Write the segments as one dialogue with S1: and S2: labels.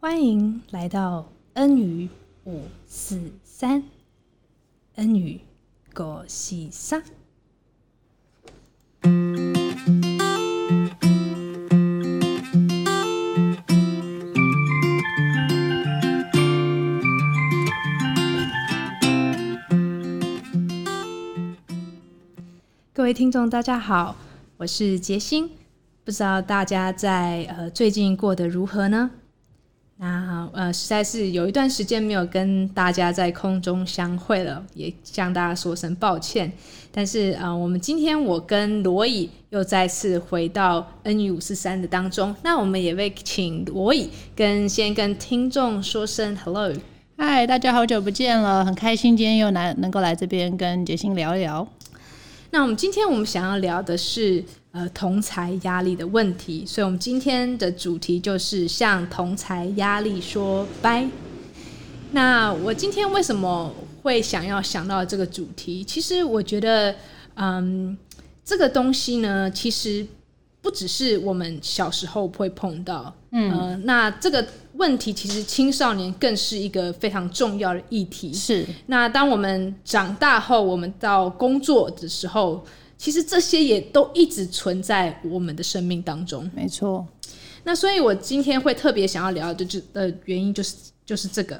S1: 欢迎来到恩语五四三，恩语狗喜三。各位听众，大家好，我是杰心。不知道大家在呃最近过得如何呢？那呃，实在是有一段时间没有跟大家在空中相会了，也向大家说声抱歉。但是呃，我们今天我跟罗伊又再次回到 N 语五四三的当中，那我们也会请罗伊跟先跟听众说声 hello。
S2: 嗨，大家好久不见了，很开心今天又来能够来这边跟杰心聊一聊。
S1: 那我们今天我们想要聊的是呃同才压力的问题，所以我们今天的主题就是向同才压力说拜。那我今天为什么会想要想到这个主题？其实我觉得，嗯，这个东西呢，其实不只是我们小时候会碰到，嗯、呃，那这个问题其实青少年更是一个非常重要的议题。
S2: 是，
S1: 那当我们长大后，我们到工作的时候，其实这些也都一直存在我们的生命当中。
S2: 没错，
S1: 那所以我今天会特别想要聊的就呃原因就是就是这个。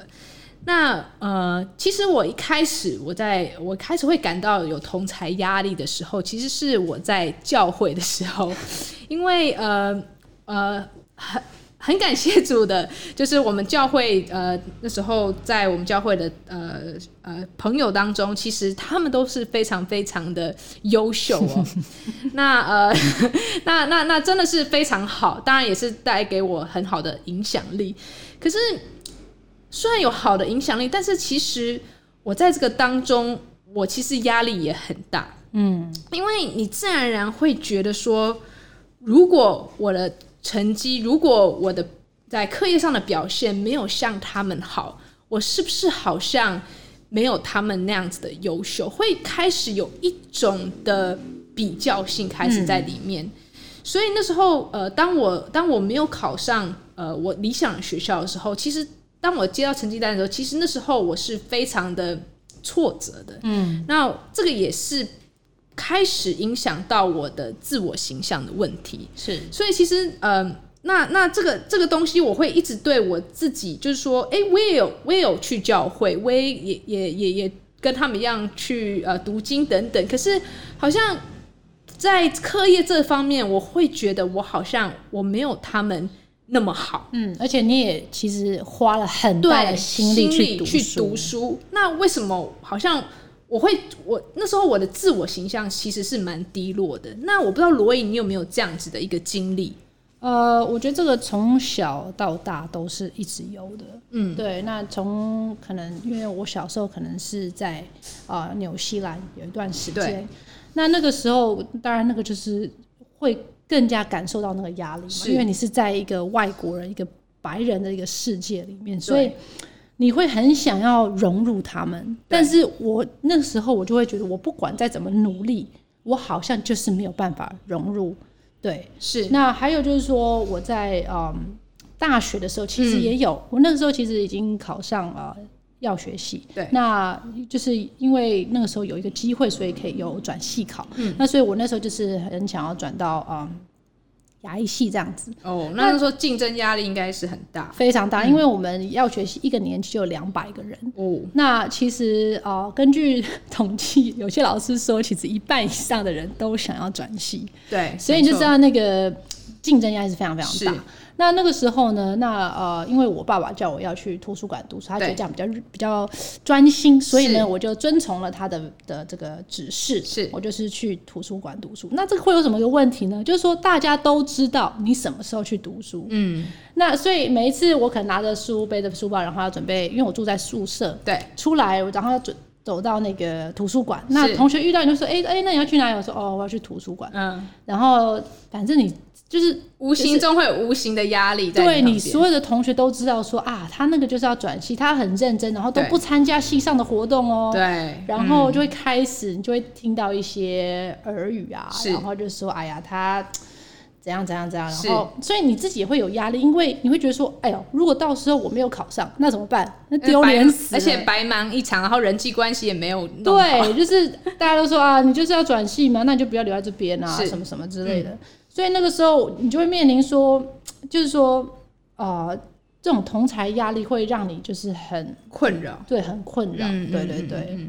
S1: 那呃，其实我一开始我在我开始会感到有同才压力的时候，其实是我在教会的时候，因为呃呃很。很感谢主的，就是我们教会呃那时候在我们教会的呃呃朋友当中，其实他们都是非常非常的优秀哦。 那呃 那那那真的是非常好，当然也是带给我很好的影响力。可是虽然有好的影响力，但是其实我在这个当中，我其实压力也很大，
S2: 嗯，
S1: 因为你自然而然会觉得说，如果我的成绩，如果我的在课业上的表现没有像他们好，我是不是好像没有他们那样子的优秀？会开始有一种的比较性开始在里面。所以那时候，呃，当我当我没有考上呃我理想的学校的时候，其实当我接到成绩单的时候，其实那时候我是非常的挫折的。嗯，那这个也是开始影响到我的自我形象的问题。
S2: 是，
S1: 所以其实，呃，那那这个这个东西，我会一直对我自己，就是说，哎、我也有我也有去教会，我也也也也也跟他们一样去呃读经等等，可是好像在课业这方面，我会觉得我好像我没有他们那么好。
S2: 嗯，而且你也其实花了很大
S1: 对
S2: 的心力
S1: 去
S2: 去读
S1: 读书。那为什么好像我会我那时候我的自我形象其实是蛮低落的？那我不知道罗颖你有没有这样子的一个经历？
S2: 呃，我觉得这个从小到大都是一直有的。嗯，对。那从可能因为我小时候可能是在啊纽、西兰有一段时
S1: 对
S2: 间，那那个时候当然那个就是会更加感受到那个压力嘛，
S1: 是
S2: 因为你是在一个外国人、一个白人的一个世界里面，所
S1: 对
S2: 以你会很想要融入他们。但是我那时候我就会觉得，我不管再怎么努力，我好像就是没有办法融入。对，
S1: 是
S2: 那还有就是说，我在嗯大学的时候，其
S1: 嗯
S2: 实也有，我那个时候其实已经考上呃药学系。
S1: 对
S2: 那就是因为那个时候有一个机会，所以可以有转系考。嗯，那所以我那时候就是很想要转到嗯牙医系这样子，
S1: 哦，那那时候竞争压力应该是很大
S2: 非常大，因为我们药学系一个年级就有两百个人。
S1: 嗯哦。
S2: 那其实呃，根据统计，有些老师说，其实一半以上的人都想要转系。
S1: 对，
S2: 所以你就知
S1: 样
S2: 道那个竞争压力是非常非常
S1: 是
S2: 大。那那个时候呢，那呃，因为我爸爸叫我要去图书馆读书，他觉
S1: 对
S2: 得这样比较比较专心，所以
S1: 是
S2: 呢，我就遵从了他的的这个指示，
S1: 是
S2: 我就是去图书馆读书。那这个会有什么个问题呢？就是说大家都知道你什么时候去读书，
S1: 嗯，
S2: 那所以每一次我可能拿着书，背着书包，然后要准备，因为我住在宿舍，
S1: 对，
S2: 出来，然后走走到那个图书馆，那
S1: 是
S2: 同学遇到你就说，哎、哎、那你要去哪里？我说哦，我要去图书馆。
S1: 嗯，
S2: 然后反正你就是
S1: 无形中会有无形的压力在
S2: 对
S1: 你旁
S2: 你
S1: 边
S2: 所有的同学都知道说啊，他那个就是要转系，他很认真，然后都
S1: 对
S2: 不参加系上的活动哦。
S1: 对，嗯
S2: 然后就会开始，你就会听到一些耳语啊，
S1: 是
S2: 然后就说：“哎呀，他怎样怎样怎样，然
S1: 是
S2: 后所以你自己也会有压力，因为你会觉得说，哎呦，如果到时候我没有考上，那怎么办？那丢脸死
S1: 而
S2: 了、
S1: 且白忙一场，然后人际关系也没有弄好，
S2: 对，就是大家都说啊，你就是要转系嘛，那你就不要留在这边啊，
S1: 是嗯
S2: 什么什么之类的。所以那个时候你就会面临说，就是说，呃，这种同才压力会让你就是很
S1: 困扰。
S2: 对很困扰，
S1: 嗯嗯
S2: 对
S1: 嗯
S2: 对对，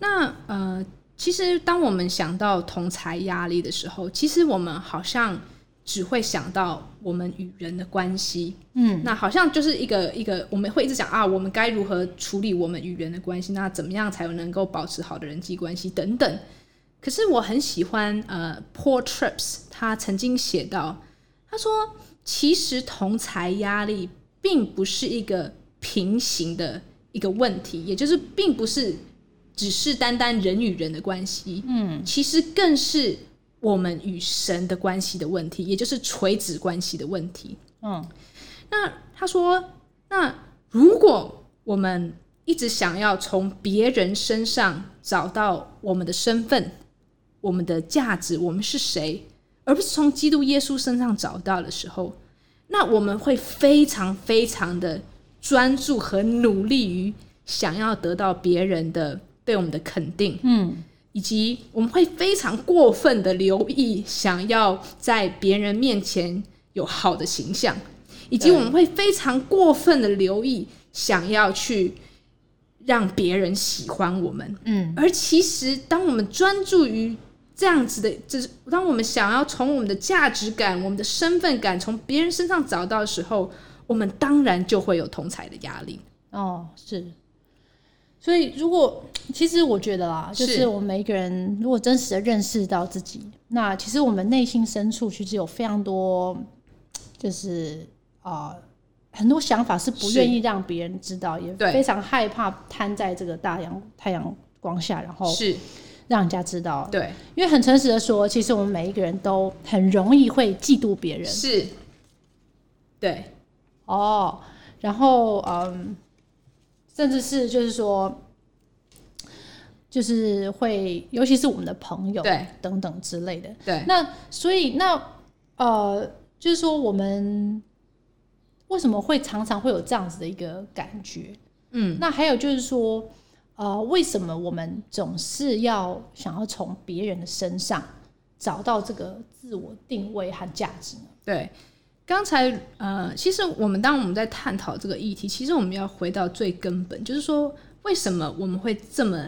S1: 那呃，其实当我们想到同才压力的时候，其实我们好像只会想到我们与人的关系，嗯，那好像就是一个一个，我们会一直讲啊，我们该如何处理我们与人的关系，那怎么样才能够保持好的人际关系等等。可是我很喜欢呃，Paul Trips 他曾经写到，他说其实同才压力并不是一个平行的一个问题，也就是并不是只是单单人与人的关系，嗯，其实更是我们与神的关系的问题，也就是垂直关系的问题。
S2: 嗯
S1: 那他说，那如果我们一直想要从别人身上找到我们的身份、我们的价值、我们是谁，而不是从基督耶稣身上找到的时候，那我们会非常非常的专注和努力于想要得到别人的对我们的肯定，
S2: 嗯，
S1: 以及我们会非常过分的留意，想要在别人面前有好的形象，以及
S2: 对
S1: 我们会非常过分的留意，想要去让别人喜欢我们。
S2: 嗯，
S1: 而其实，当我们专注于这样子的，就是当我们想要从我们的价值感、我们的身份感从别人身上找到的时候，我们当然就会有同才的压力。
S2: 哦是。所以，如果其实我觉得啦，就是是我们每一个人如果真实的认识到自己，那其实我们内心深处其实有非常多，就是啊、呃很多想法是不
S1: 是
S2: 愿意让别人知道，也
S1: 对
S2: 非常害怕摊在这个大阳太阳光下，然后
S1: 是
S2: 让人家知道。
S1: 对，
S2: 因为很诚实的说，其实我们每一个人都很容易会嫉妒别人。
S1: 是，对，
S2: 哦，然后嗯，甚至是就是说，就是会，尤其是我们的朋友
S1: 对
S2: 等等之类的。
S1: 对，
S2: 那所以那呃，就是说我们为什么会常常会有这样子的一个感觉？
S1: 嗯，
S2: 那还有就是说，呃，为什么我们总是要想要从别人的身上找到这个自我定位和价值呢？
S1: 对，刚才呃，其实我们当我们在探讨这个议题，其实我们要回到最根本，就是说为什么我们会这么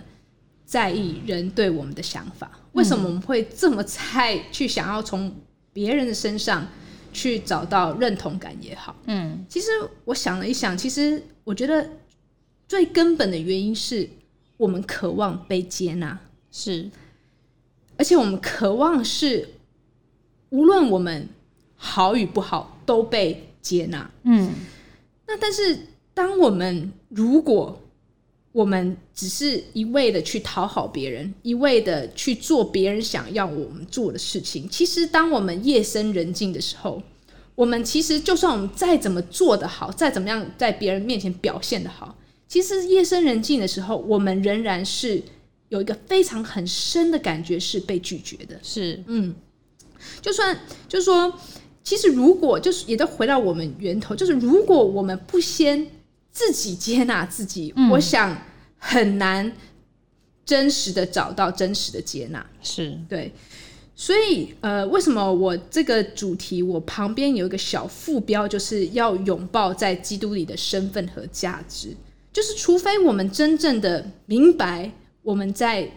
S1: 在意人对我们的想法？为什么我们会这么在去想要从别人的身上去找到认同感也好？
S2: 嗯，
S1: 其实我想了一想，其实我觉得最根本的原因是我们渴望被接纳。
S2: 是，
S1: 而且我们渴望是，无论我们好与不好都被接纳。
S2: 嗯，
S1: 那但是，当我们如果我们只是一味的去讨好别人，一味的去做别人想要我们做的事情，其实当我们夜深人静的时候，我们其实就算我们再怎么做得好，再怎么样在别人面前表现得好，其实夜深人静的时候，我们仍然是有一个非常很深的感觉是被拒绝的。
S2: 是，
S1: 嗯，就算就是说，其实如果就是也都回到我们源头，就是如果我们不先自己接纳自己，我想很难真实的找到真实的接纳。
S2: 是，
S1: 对，所以呃，为什么我这个主题我旁边有一个小副标，就是要拥抱在基督里的身份和价值，就是除非我们真正的明白我们在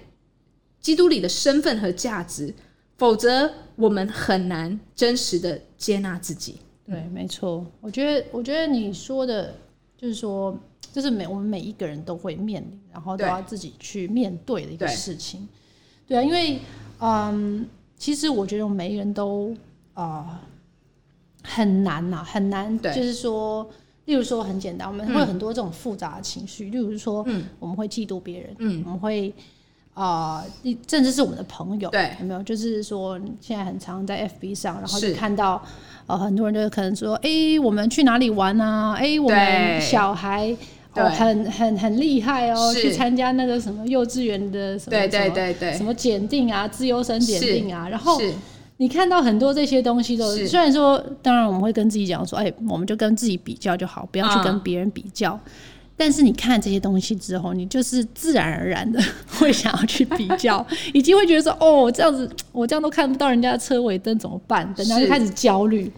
S1: 基督里的身份和价值，否则我们很难真实的接纳自己。
S2: 对，没错。我觉得，我觉得你说的，就是说，这是每我们每一个人都会面临，然后都
S1: 对
S2: 要自己去面对的一个
S1: 对
S2: 事情。对啊，因为，嗯，其实我觉得我们每一个人都啊、很难呐、很难，
S1: 对
S2: 就是说。例如说，很简单，我们会有很多这种复杂的情绪。例如说，
S1: 嗯
S2: 我们会嫉妒别人，
S1: 嗯
S2: 我们会啊、一甚至是我们的朋友，
S1: 对
S2: 有没有？就是说，现在很常在 FB 上，然后
S1: 是
S2: 就看到呃，很多人就可能说，哎、我们去哪里玩啊？哎、我们小孩
S1: 对
S2: 哦，很很很厉害哦，
S1: 是
S2: 去参加那个什么幼稚园的什么
S1: 对对
S2: 什么
S1: 对对，
S2: 什么检定啊，自由生检定啊，然后
S1: 是
S2: 你看到很多这些东西都
S1: 是
S2: 虽然说，当然我们会跟自己讲说，哎、我们就跟自己比较就好，不要去
S1: 嗯
S2: 跟别人比较。但是你看这些东西之后，你就是自然而然的 会想要去比较，以及会觉得说，哦，这样子我这样都看不到人家的车尾灯怎么办？等到
S1: 是
S2: 就开始焦虑，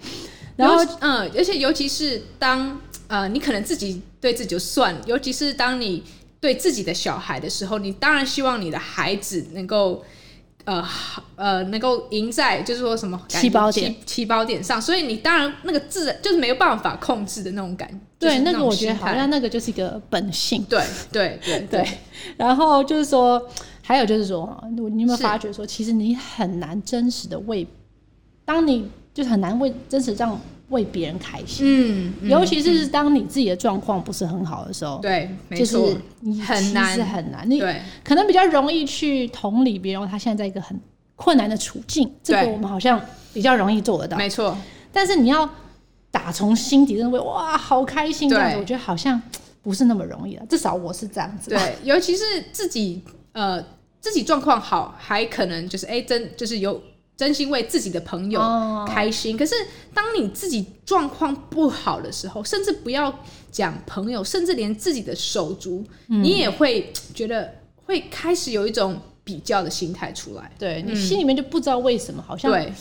S2: 然
S1: 然
S2: 后
S1: 后嗯，而且尤其是当呃，你可能自己对自己就算，尤其是当你对自己的小孩的时候，你当然希望你的孩子能够。呃好呃，能够赢在就是说什么感觉
S2: 起跑点
S1: 起起跑点上，所以你当然那个自然就是没有办法控制的那种感，就
S2: 对
S1: 是
S2: 那
S1: 种
S2: 个我觉得
S1: 心
S2: 好
S1: 态
S2: 像那个就是一个本性。
S1: 对对对
S2: 对， 然后就是说，还有就是说，你有没有
S1: 是
S2: 发觉说，其实你很难真实的为，当你就是很难为真实让为别人开心，
S1: 嗯，嗯
S2: 尤其是当你自己的状况不是很好的时候，
S1: 对，没
S2: 就
S1: 错
S2: 是，你
S1: 很
S2: 其实
S1: 难
S2: 很难，你
S1: 对
S2: 可能比较容易去同理别人，他现在在一个很困难的处境，这个
S1: 对
S2: 我们好像比较容易做得到，
S1: 没错，
S2: 但是你要打从心底认为哇好开心这样子，
S1: 对
S2: 我觉得好像不是那么容易了，至少我是这样子，
S1: 对，尤其是自己呃自己状况好，还可能就是哎、真就是有真心为自己的朋友
S2: 哦
S1: 开心。可是当你自己状况不好的时候，甚至不要讲朋友，甚至连自己的手足，
S2: 嗯
S1: 你也会觉得会开始有一种比较的心态出来。
S2: 对你
S1: 嗯
S2: 心里面就不知道为什么，好像
S1: 对，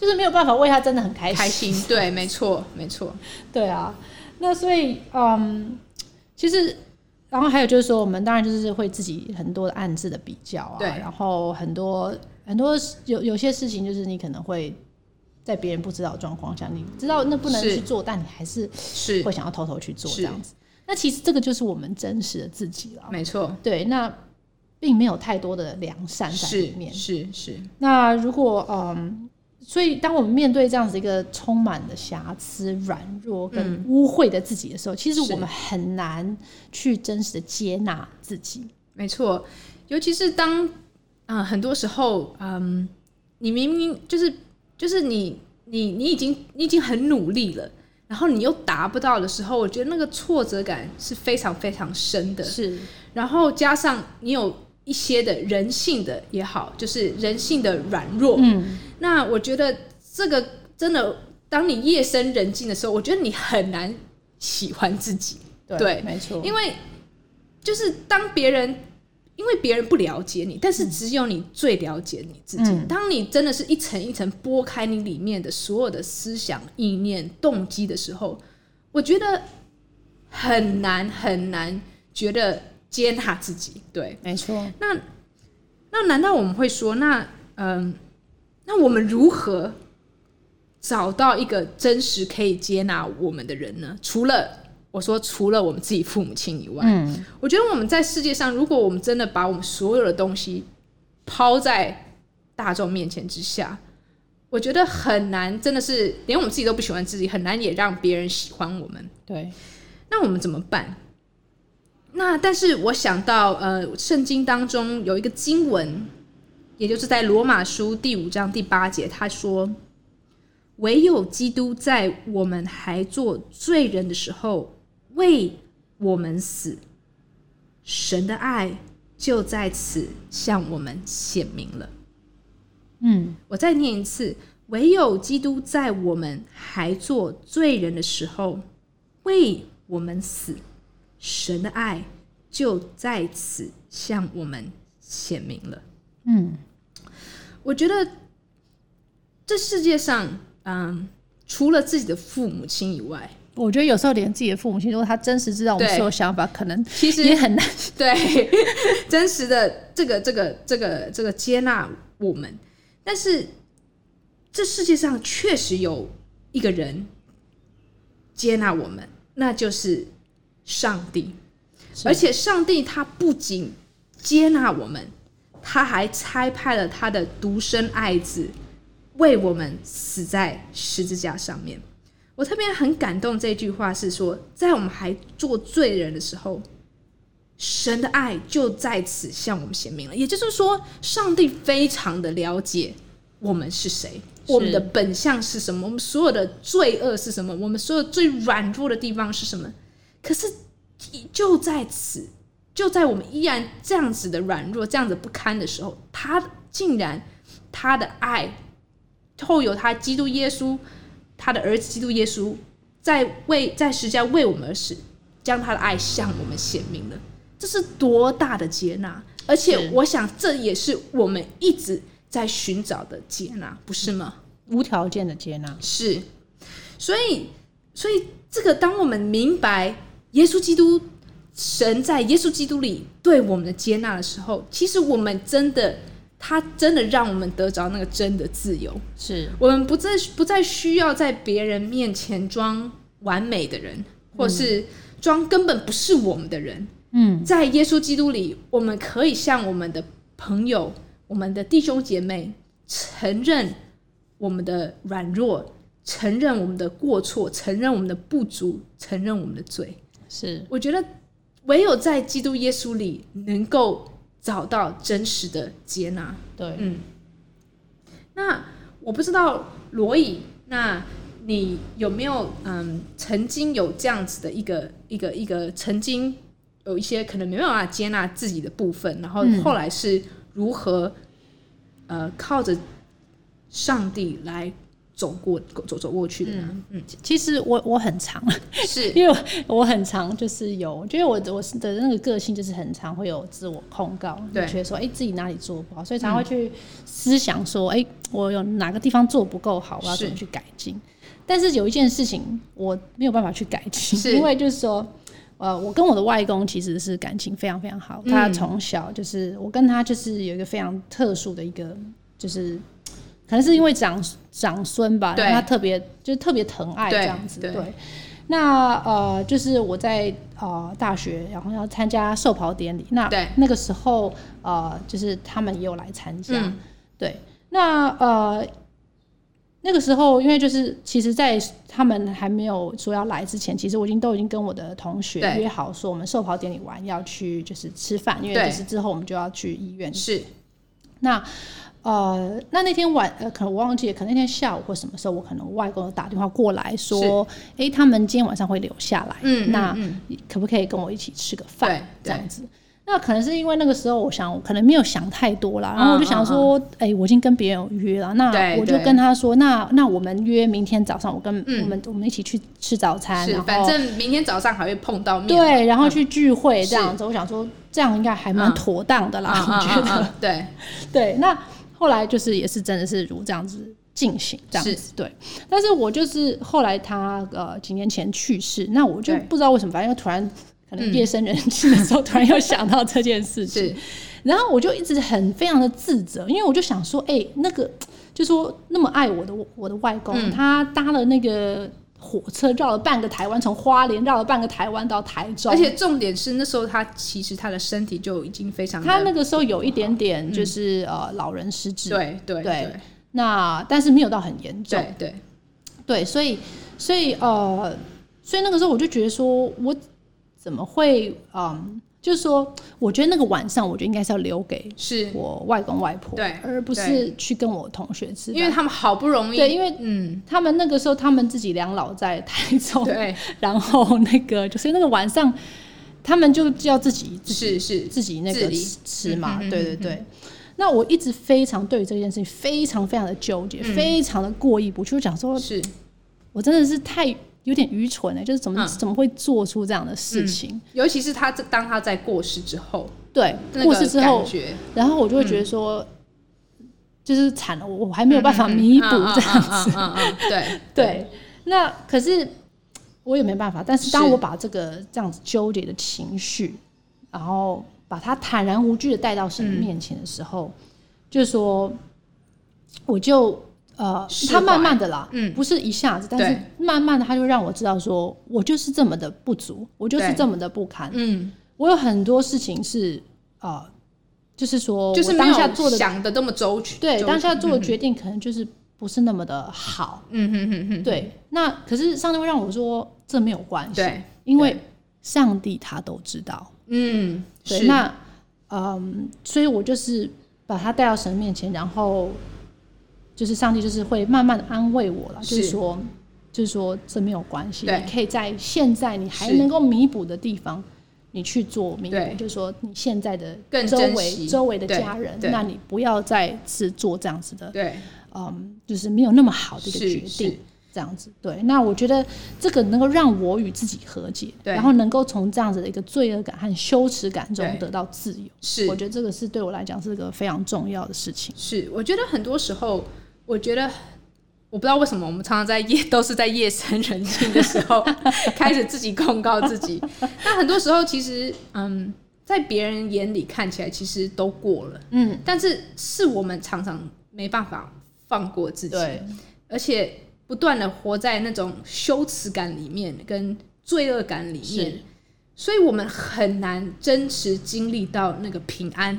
S2: 就是没有办法为他真的很开心。
S1: 开心，对，没错，没错，
S2: 对啊，那所以嗯，其实然后还有就是说，我们当然就是会自己很多的暗自的比较啊，
S1: 对
S2: 然后很多很多有有些事情就是你可能会。在别人不知道的状况下，你知道那不能
S1: 是
S2: 去做，但你还是
S1: 是
S2: 会，想要偷偷去做
S1: 是
S2: 这样子。那其实这个就是我们真实的自己了。
S1: 没错，
S2: 对，那并没有太多的良善在里
S1: 是
S2: 面。
S1: 是是，
S2: 那如果嗯，所以当我们面对这样子一个充满了瑕疵、软弱跟污秽的自己的时候，其实
S1: 是
S2: 我们很难去真实的接纳自己。
S1: 没错，尤其是当啊、呃很多时候，嗯，你明明就是就是你你你已经你已经很努力了，然后你又达不到的时候，我觉得那个挫折感是非常非常深的。
S2: 是，
S1: 然后加上你有一些的人性的也好，就是人性的软弱，
S2: 嗯，
S1: 那我觉得这个真的，当你夜深人静的时候，我觉得你很难喜欢自己。对
S2: 没错，
S1: 因为就是当别人，因为别人不了解你，但是只有你最了解你自己。
S2: 嗯
S1: 当你真的是一层一层剥开你里面的所有的思想、意念、动机的时候，我觉得很难很难觉得接纳自己。对，
S2: 没错，
S1: 那那难道我们会说，那嗯、那我们如何找到一个真实可以接纳我们的人呢？除了我说，除了我们自己父母亲以外，
S2: 嗯，
S1: 我觉得我们在世界上，如果我们真的把我们所有的东西抛在大众面前之下，我觉得很难，真的是连我们自己都不喜欢自己，很难也让别人喜欢我们。
S2: 对，
S1: 那我们怎么办？那但是我想到，呃，圣经当中有一个经文，也就是在罗马书第五章第八节，他说：“唯有基督在我们还做罪人的时候为我们死，神的爱就在此向我们显明了。”
S2: 嗯，
S1: 我再念一次：唯有基督在我们还做罪人的时候为我们死，神的爱就在此向我们显明了。
S2: 嗯，
S1: 我觉得这世界上，嗯，除了自己的父母亲以外，
S2: 我觉得有时候连自己的父母亲，如果他真实知道我们
S1: 对
S2: 所有想法，可能
S1: 其实
S2: 也很难。
S1: 对真实的这个这个这个这个接纳我们，但是这世界上确实有一个人接纳我们，那就是上帝。而且上帝他不仅接纳我们，他还差派了他的独生爱子为我们死在十字架上面。我特别很感动这句话是说，在我们还做罪人的时候，神的爱就在此向我们显明了。也就是说，上帝非常的了解我们是谁，
S2: 是
S1: 我们的本相是什么，我们所有的罪恶是什么，我们所有最软弱的地方是什么。可是就在此，就在我们依然这样子的软弱、这样子不堪的时候，他竟然他的爱后有他基督耶稣，他的儿子基督耶稣在为在十字架为我们而死，将他的爱向我们显明了。这是多大的接纳！而且
S2: 是
S1: 我想，这也是我们一直在寻找的接纳，不是吗？
S2: 无条件的接纳。
S1: 是，所以，所以这个，当我们明白耶稣基督神在耶稣基督里对我们的接纳的时候，其实我们真的，他真的让我们得着那个真的自由。
S2: 是
S1: 我们不再不再需要在别人面前装完美的人，或是装根本不是我们的人。
S2: 嗯，
S1: 在耶稣基督里，我们可以向我们的朋友、我们的弟兄姐妹承认我们的软弱，承认我们的过错，承认我们的不足，承认我们的罪。
S2: 是
S1: 我觉得唯有在基督耶稣里，能够找到真实的接纳。
S2: 对。
S1: 嗯，那我不知道罗伊，那你有没有嗯曾经有这样子的一个一个一个曾经有一些可能没办法接纳自己的部分，然后
S2: 嗯
S1: 后来是如何、呃靠着上帝来走过走走过去的呢？嗯，
S2: 其实我我很常，
S1: 是
S2: 因为 我很常就是有，就是我我的那个个性就是很常会有自我控告，
S1: 对
S2: 就觉得说哎、自己哪里做不好，所以常会去思想说哎、我有哪个地方做不够好，我要
S1: 是
S2: 怎么去改进。但是有一件事情我没有办法去改进，
S1: 是
S2: 因为就是说。呃，我跟我的外公其实是感情非常非常好，
S1: 嗯
S2: 他从小就是我跟他就是有一个非常特殊的一个，就是可能是因为长长孙吧，
S1: 对
S2: 然后他特别就是特别疼爱这样子，
S1: 对
S2: 对。
S1: 对
S2: 那呃，就是我在呃大学，然后要参加寿袍典礼。那
S1: 对
S2: 那个时候呃，就是他们也有来参加。
S1: 嗯
S2: 对，那呃，那个时候因为就是其实，在他们还没有说要来之前，其实我已经都已经跟我的同学
S1: 对
S2: 约好说，我们寿袍典礼完要去就是吃饭，因为
S1: 对
S2: 就是之后我们就要去医院
S1: 是
S2: 那呃，那那天晚呃，可能我忘记了，可能那天下午或什么时候，我可能外公有打电话过来说，诶，他们今天晚上会留下来，
S1: 嗯嗯
S2: 那
S1: 嗯
S2: 可不可以跟我一起吃个饭？
S1: 对
S2: 这
S1: 对
S2: 样子。那可能是因为那个时候，我想我可能没有想太多啦，
S1: 嗯
S2: 然后我就想说，诶，我已经跟别人有约了，那
S1: 对
S2: 我就
S1: 对
S2: 跟他说，那那我们约明天早上，我跟、
S1: 嗯
S2: 我们我们一起去吃早餐，
S1: 是，
S2: 然
S1: 反
S2: 后
S1: 正明天早上还会碰到面。
S2: 对，然后
S1: 嗯
S2: 去聚会
S1: 是
S2: 这样子。我想说，这样应该还蛮
S1: 嗯
S2: 妥当的啦，
S1: 啊
S2: 我觉得。
S1: 对，
S2: 对，那后来就是也是真的是如这样子进行，这样子对。但是我就是后来他呃几年前去世，那我就
S1: 对
S2: 不知道为什么，反正突然可能夜深人静的时候，突然又想到这件事情，
S1: 是
S2: 然后我就一直很非常的自责，因为我就想说，哎、那个就说那么爱我的我的外公，
S1: 嗯
S2: 他搭了那个。火车绕了半个台湾，从花莲绕了半个台湾到台中，
S1: 而且重点是那时候他其实他的身体就已经非常的
S2: 他那个时候有一点点就是、呃老人失智，
S1: 对对
S2: 对那但是没有到很严重，
S1: 对对
S2: 对，所以所以呃，所以那个时候我就觉得说，我怎么会嗯，就是说，我觉得那个晚上，我觉得应该是要留给
S1: 是，
S2: 我外公外婆，
S1: 对
S2: 而不是去跟我同学吃饭，
S1: 因为他们好不容易
S2: 对，因为
S1: 嗯
S2: 他们那个时候他们自己两老在台中，
S1: 对
S2: 然后那个就是那个晚上，他们就要自己自
S1: 是
S2: 己
S1: 是
S2: 自己那
S1: 自
S2: 个
S1: 理
S2: 吃吃嘛，
S1: 嗯嗯嗯
S2: 对对
S1: 嗯
S2: 对。那我一直非常对于这件事情非常非常的纠结，
S1: 嗯
S2: 非常的过意不去，就想说
S1: 是
S2: 我真的是太有点愚蠢了、就是怎么、
S1: 嗯
S2: 怎么会做出这样的事情？
S1: 尤其是他在当他在过世之后，
S2: 对，
S1: 那
S2: 过
S1: 个
S2: 世之
S1: 感
S2: 后，
S1: 觉嗯
S2: 然后我就会觉得说，就是惨了，我我还没有办法弥补这样子。
S1: 子，嗯嗯嗯嗯嗯嗯 对
S2: 对，那可是我也没办法。但是当
S1: 是
S2: 我把这个这样子纠结的情绪，然后把它坦然无惧的带到神
S1: 嗯
S2: 面前的时候，就说我就呃，
S1: 释
S2: 他慢
S1: 怀
S2: 慢的啦，
S1: 嗯
S2: 不是一下子，但
S1: 对
S2: 是慢慢的他就让我知道说，我就是这么的不足，我就是
S1: 对
S2: 这么的不堪，
S1: 嗯，
S2: 我有很多事情是呃，就是说
S1: 就是
S2: 我
S1: 没
S2: 当下做
S1: 有
S2: 的
S1: 想的嗯那么周全，
S2: 对
S1: 周
S2: 当下
S1: 全
S2: 做的决定可能就是不是那么的好。
S1: 嗯哼哼哼，
S2: 对，那可是上帝会让我说这没有关系，
S1: 对，
S2: 因为上帝他都知道。
S1: 嗯
S2: 对，
S1: 是
S2: 那嗯，所以我就是把他带到神面前，然后就是上帝就是会慢慢的安慰我了，就是
S1: 是
S2: 说，就是说这没有关系，
S1: 对
S2: 你可以在现在你还
S1: 是
S2: 能够弥补的地方。你去做弥
S1: 对
S2: 补，就是说你现在的
S1: 更
S2: 周
S1: 珍
S2: 围
S1: 惜
S2: 周围的
S1: 对
S2: 家人，
S1: 对
S2: 那你不要再次做这样子的
S1: 对
S2: 嗯，就是没有那么好的一个
S1: 是
S2: 决定
S1: 是，
S2: 这样子。对，那我觉得这个能够让我与自己和解，
S1: 对
S2: 然后能够从这样子的一个罪恶感和羞耻感中
S1: 对
S2: 得到自由。
S1: 是
S2: 我觉得这个是对我来讲是个非常重要的事情。
S1: 是，我觉得很多时候，我觉得我不知道为什么我们常常在夜都是在夜深人静的时 候开始自己控告自己，但很多时候其实，嗯，在别人眼里看起来其实都过了，
S2: 嗯，
S1: 但是是我们常常没办法放过自己，
S2: 对，
S1: 而且不断的活在那种羞耻感里面跟罪恶感里面
S2: 是，
S1: 所以我们很难真实经历到那个平安。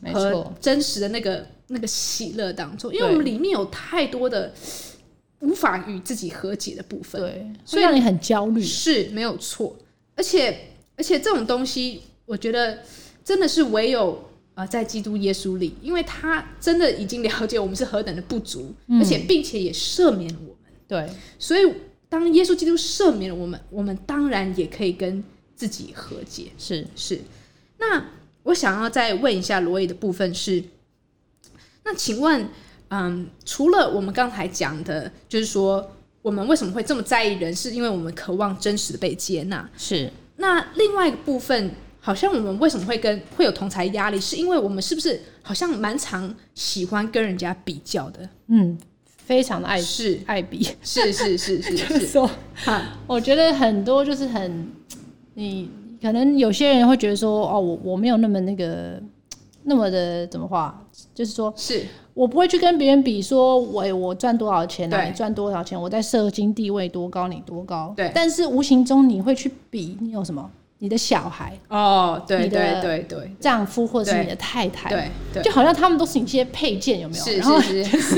S2: 没
S1: 和
S2: 错，
S1: 真实的那个那个喜乐当中，因为
S2: 对
S1: 我们里面有太多的无法与自己和解的部分，
S2: 对，
S1: 所
S2: 会
S1: 以
S2: 让你很焦虑。
S1: 是没有错。而且而且这种东西，我觉得真的是唯有呃在基督耶稣里，因为他真的已经了解我们是何等的不足，
S2: 嗯
S1: 而且并且也赦免我们。
S2: 对，
S1: 所以当耶稣基督赦免了我们，我们当然也可以跟自己和解。
S2: 是
S1: 是，那我想要再问一下罗伊的部分是，那请问，嗯，除了我们刚才讲的，就是说我们为什么会这么在意人，是因为我们渴望真实的被接纳。
S2: 是，
S1: 那另外一个部分，好像我们为什么会跟会有同才压力，是因为我们是不是好像蛮常喜欢跟人家比较的？
S2: 嗯，非常的爱
S1: 是
S2: 爱比，
S1: 是是是 是，
S2: 就是说
S1: 哈，
S2: 我觉得很多就是很，你可能有些人会觉得说，哦，我我没有那么那个，那么的怎么话，就是说
S1: 是
S2: 我不会去跟别人比说，我我赚多少钱啊，
S1: 对
S2: 你赚多少钱，我在社经地位多高，你多高，
S1: 对
S2: 但是无形中你会去比，你有什么，你的小孩、
S1: 哦，对
S2: 你
S1: 对
S2: 的
S1: 对对
S2: 丈夫或者是
S1: 对
S2: 你的太太，
S1: 对对，
S2: 就好像他们都是你一些配件，有没有？
S1: 是
S2: 然后
S1: 是是，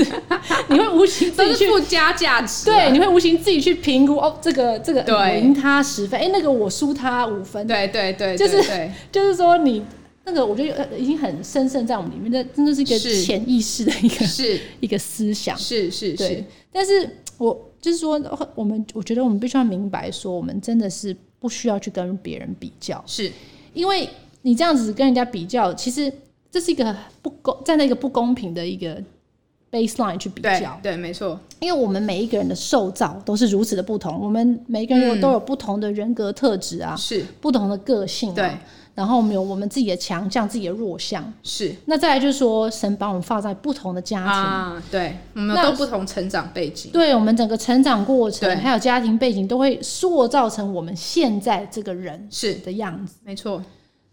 S2: 你会无形自
S1: 都
S2: 己
S1: 是
S2: 去。
S1: 附加价值啊，
S2: 对，你会无形自己去评估哦，这个这个
S1: 对
S2: 我赢他十分，哎，那个我输他五分，
S1: 对对对，
S2: 就是
S1: 对对
S2: 就是说你那个，我觉得呃已经很深深在我们里面，这真的是一个
S1: 是
S2: 潜意识的一个
S1: 是
S2: 一个思想。
S1: 是是
S2: 对
S1: 是，，
S2: 但是我就是说，我们我觉得我们必须要明白说，我们真的是不需要去跟别人比较，
S1: 是
S2: 因为你这样子跟人家比较，其实这是一个不公，站在一个不公平的一个 baseline 去比较
S1: 对。对，没错，
S2: 因为我们每一个人的受造都是如此的不同，我们每一个人有
S1: 嗯
S2: 都有不同的人格特质啊，
S1: 是
S2: 不同的个性、啊，
S1: 对。
S2: 然后我们有我们自己的强项，自己的弱项。
S1: 是
S2: 那再来就是说，神把我们放在不同的家庭，
S1: 啊，对，我们
S2: 那
S1: 都不同成长背景，
S2: 对我们整个成长过
S1: 对
S2: 程，还有家庭背景，都会塑造成我们现在这个人
S1: 是
S2: 的样子。
S1: 没错，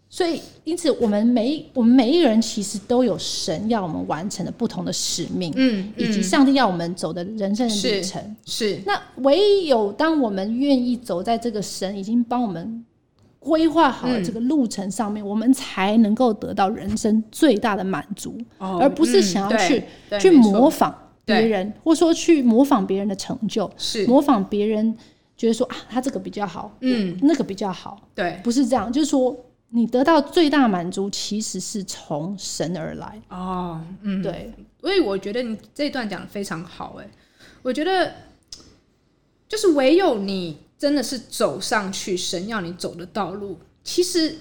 S2: 所以，因此我们每一我们每一个人其实都有神要我们完成的不同的使命，
S1: 嗯，
S2: 以及
S1: 嗯
S2: 上帝要我们走的人生的
S1: 是
S2: 旅程。
S1: 是
S2: 那唯有当我们愿意走在这个神已经帮我们规划好了
S1: 嗯
S2: 这个路程上面，我们才能够得到人生最大的满足，
S1: 哦
S2: 而不是想要
S1: 嗯
S2: 去、
S1: 对对
S2: 去
S1: 没错
S2: 模仿别
S1: 对
S2: 人，或者说去模仿别人的成就，
S1: 是，
S2: 模仿别人，觉得说啊，他这个比较好，
S1: 嗯，
S2: 那个比较好，
S1: 对，
S2: 不是这样，就是说你得到最大满足其实是从神而来，
S1: 哦，嗯，
S2: 对，
S1: 所以我觉得你这一段讲的非常好、哎，我觉得就是唯有你真的是走上去神要你走的道路，其实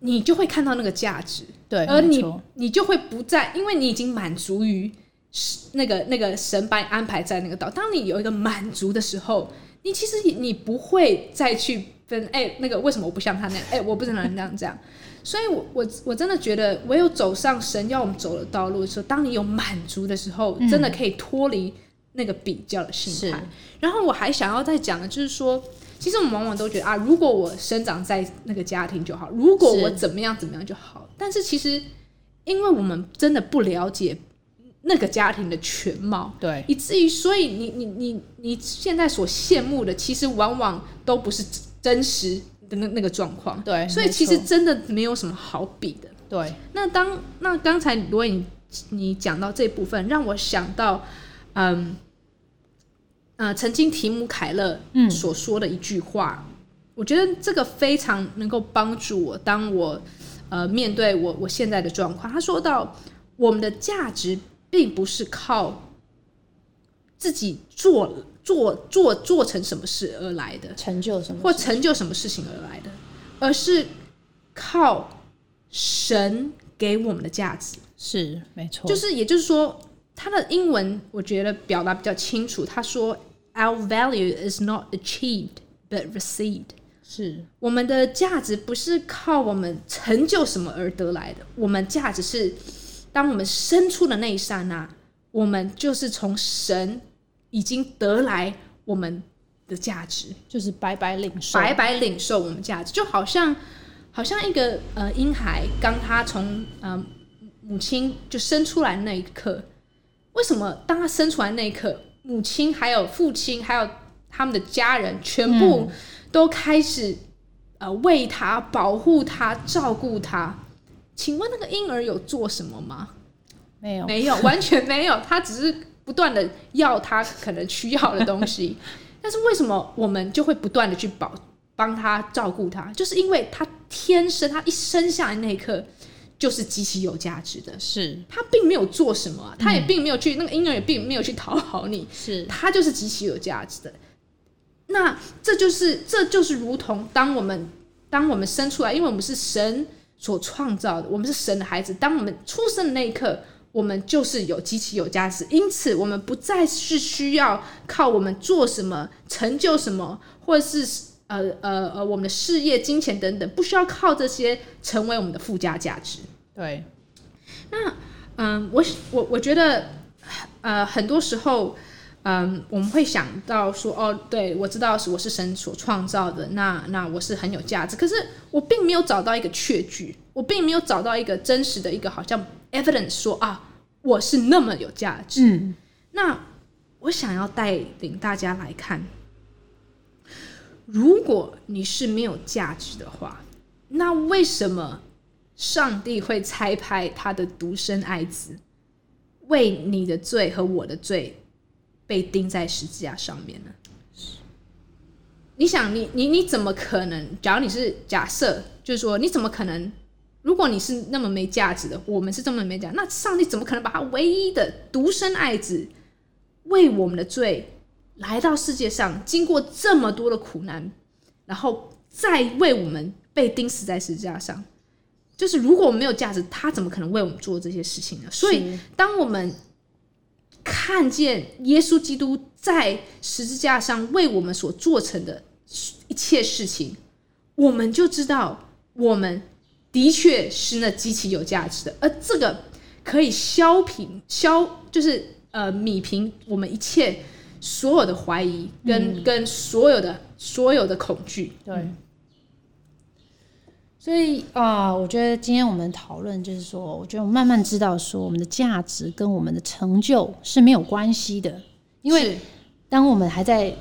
S1: 你就会看到那个价值，
S2: 对，
S1: 而
S2: 没
S1: 你
S2: 错
S1: 你就会不再，因为你已经满足于是那个那个神把你安排在那个岛。当你有一个满足的时候，你其实你不会再去分哎、那个为什么我不像他那样？哎、我不能那样这样。所以我，我我真的觉得，唯有走上神要我们走的道路的时候，当你有满足的时候，真的可以脱离那个比较的心态
S2: 嗯是。
S1: 然后，我还想要再讲的就是说，其实我们往往都觉得啊，如果我生长在那个家庭就好，如果我
S2: 是
S1: 怎么样怎么样就好。但是其实，因为我们真的不了解那个家庭的全貌，
S2: 对，
S1: 以至于所以你你你你现在所羡慕的，其实往往都不是真实的那那个状况。
S2: 对
S1: 所以
S2: 没
S1: 其实
S2: 错
S1: 真的没有什么好比的。
S2: 对，
S1: 那当那刚才如果你你讲到这部分，让我想到，嗯，呃，曾经提姆凯勒
S2: 嗯
S1: 所说的一句话，我觉得这个非常能够帮助我，当我呃面对我我现在的状况，他说到我们的价值并不是靠自己做做做做成什么事而来的，
S2: 成就什么
S1: 或成就什么事情而来的，而是靠神给我们的价值。
S2: 是没错，
S1: 就是，也就是说，他的英文我觉得表达比较清楚。他说，Our value is not achieved but received。
S2: 是
S1: 我们的价值不是靠我们成就什么而得来的，我们价值是当我们生出的那一刹那，我们就是从神已经得来我们的价值，
S2: 就是白白领受，
S1: 白白领受我们价值，就好像好像一个呃婴孩，刚他从呃母亲就生出来那一刻，为什么当他生出来那一刻，母亲还有父亲还有他们的家人全部都开始、呃为他保护他照顾他？请问那个婴儿有做什么吗？
S2: 没有
S1: 没有， 完全没有，他只是不断的要他可能需要的东西。 但是为什么我们就会不断的去保帮他照顾他？就是因为他天生，他一生下来那一刻就是极其有价值的。
S2: 是
S1: 他并没有做什么、啊，他也并没有去、那个婴儿也并没有去讨好你，
S2: 是
S1: 它就是极其有价值的。那这就是这就是如同当我们当我们生出来，因为我们是神所创造的，我们是神的孩子。当我们出生的那一刻，我们就是有极其有价值，因此我们不再是需要靠我们做什么、成就什么，或者是呃呃呃我们的事业、金钱等等，不需要靠这些成为我们的附加价值。
S2: 对，
S1: 嗯，我我我觉得，呃，很多时候，嗯，我们会想到说，哦，对我知道是我是神所创造的，那那我是很有价值。可是我并没有找到一个确据，我并没有找到一个真实的一个好像 evidence 说啊，我是那么有价值。
S2: 嗯，
S1: 那我想要带领大家来看，如果你是没有价值的话，那为什么上帝会差派他的独生爱子，为你的罪和我的罪被钉在十字架上面呢？你想你，你你怎么可能？假如你是假设，就是说，你怎么可能？如果你是那么没价值的，我们是这么没价值，那上帝怎么可能把他唯一的独生爱子为我们的罪来到世界上，经过这么多的苦难，然后再为我们被钉死在十字架上？就是如果我们没有价值，他怎么可能为我们做这些事情呢？所以
S2: 是
S1: 当我们看见耶稣基督在十字架上为我们所做成的一切事情，我们就知道我们的确是那极其有价值的，而这个可以消平消，就是呃米平我们一切所有的怀疑
S2: 嗯
S1: 跟、跟所有的所有的恐惧。
S2: 对。所以啊、我觉得今天我们讨论就是说，我觉得我慢慢知道说，我们的价值跟我们的成就是没有关系的，因为
S1: 是
S2: 当我们还在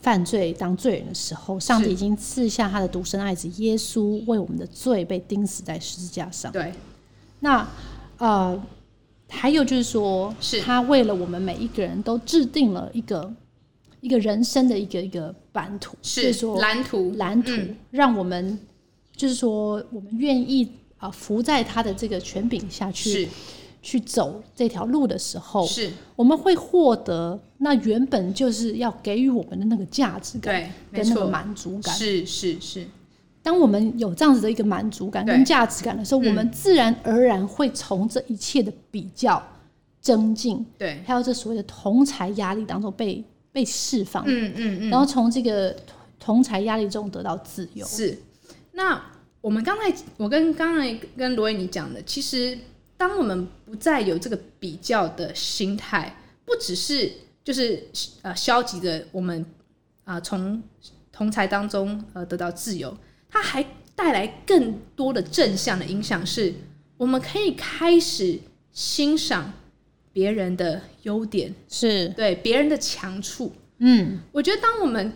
S2: 犯罪当罪人的时候，上帝
S1: 是
S2: 已经赐下他的独生爱子耶稣，为我们的罪被钉死在十字架上。
S1: 对
S2: 那呃，还有就是说，
S1: 是
S2: 他为了我们每一个人都制定了一个一个人生的一个一个版图，就是说
S1: 蓝图
S2: 蓝图，
S1: 嗯
S2: 让我们就是说我们愿意啊、呃服在他的这个权柄下去
S1: 是
S2: 去走这条路的时候，
S1: 是
S2: 我们会获得那原本就是要给予我们的那个价值感
S1: 对，没
S2: 跟那个
S1: 错，
S2: 满足感。
S1: 是是是
S2: 当我们有这样子的一个满足感
S1: 对
S2: 跟价值感的时候，
S1: 嗯
S2: 我们自然而然会从这一切的比较、增进，
S1: 对，
S2: 还有这所谓的同才压力当中被被释放，
S1: 嗯嗯嗯，
S2: 然后从这个同才压力中得到自由。
S1: 是，那我们刚才我跟刚才跟罗伊你讲的，其实当我们不再有这个比较的心态，不只是就是呃消极的，我们啊、从同才当中呃得到自由，它还带来更多的正向的影响是，我们可以开始欣赏别人的优点，
S2: 是，
S1: 对别人的强处。
S2: 嗯，
S1: 我觉得当我们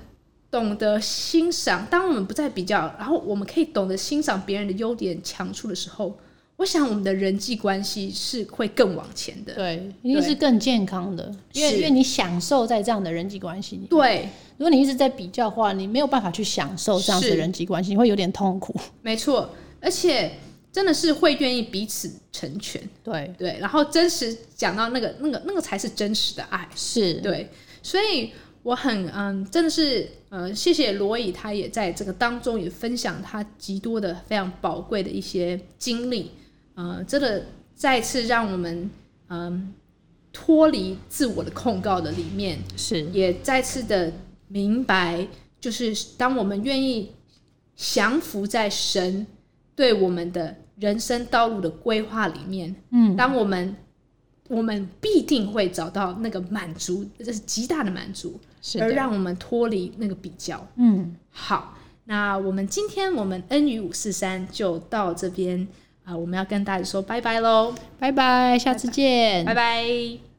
S1: 懂得欣赏，当我们不再比较，然后我们可以懂得欣赏别人的优点、强处的时候，我想我们的人际关系是会更往前的。
S2: 对，一定是更健康的，因为
S1: 是
S2: 因为你享受在这样的人际关系里。
S1: 对，
S2: 如果你一直在比较的话，你没有办法去享受这样子的
S1: 是
S2: 人际关系，你会有点痛苦。
S1: 没错，而且真的是会愿意彼此成全，
S2: 对，
S1: 对，然后真实讲到那个、那个、那个才是真实的爱。
S2: 是，
S1: 对，所以我很嗯，真的是呃，谢谢罗伊，他也在这个当中也分享他极多的非常宝贵的一些经历，呃，真的再次让我们嗯、脱离自我的控告的里面，
S3: 是
S1: 也再次的明白，就是当我们愿意降服在神对我们的人生道路的规划里面，
S2: 嗯，
S1: 当我们我们必定会找到那个满足，这是极大的满足，
S3: 是
S1: 而
S3: 的，
S1: 让我们脱离那个比较。
S2: 嗯，
S1: 好，那我们今天我们恩语五四三就到这边啊、我们要跟大家说拜拜喽，
S2: 嗯
S3: 拜拜，下次见，
S1: 拜拜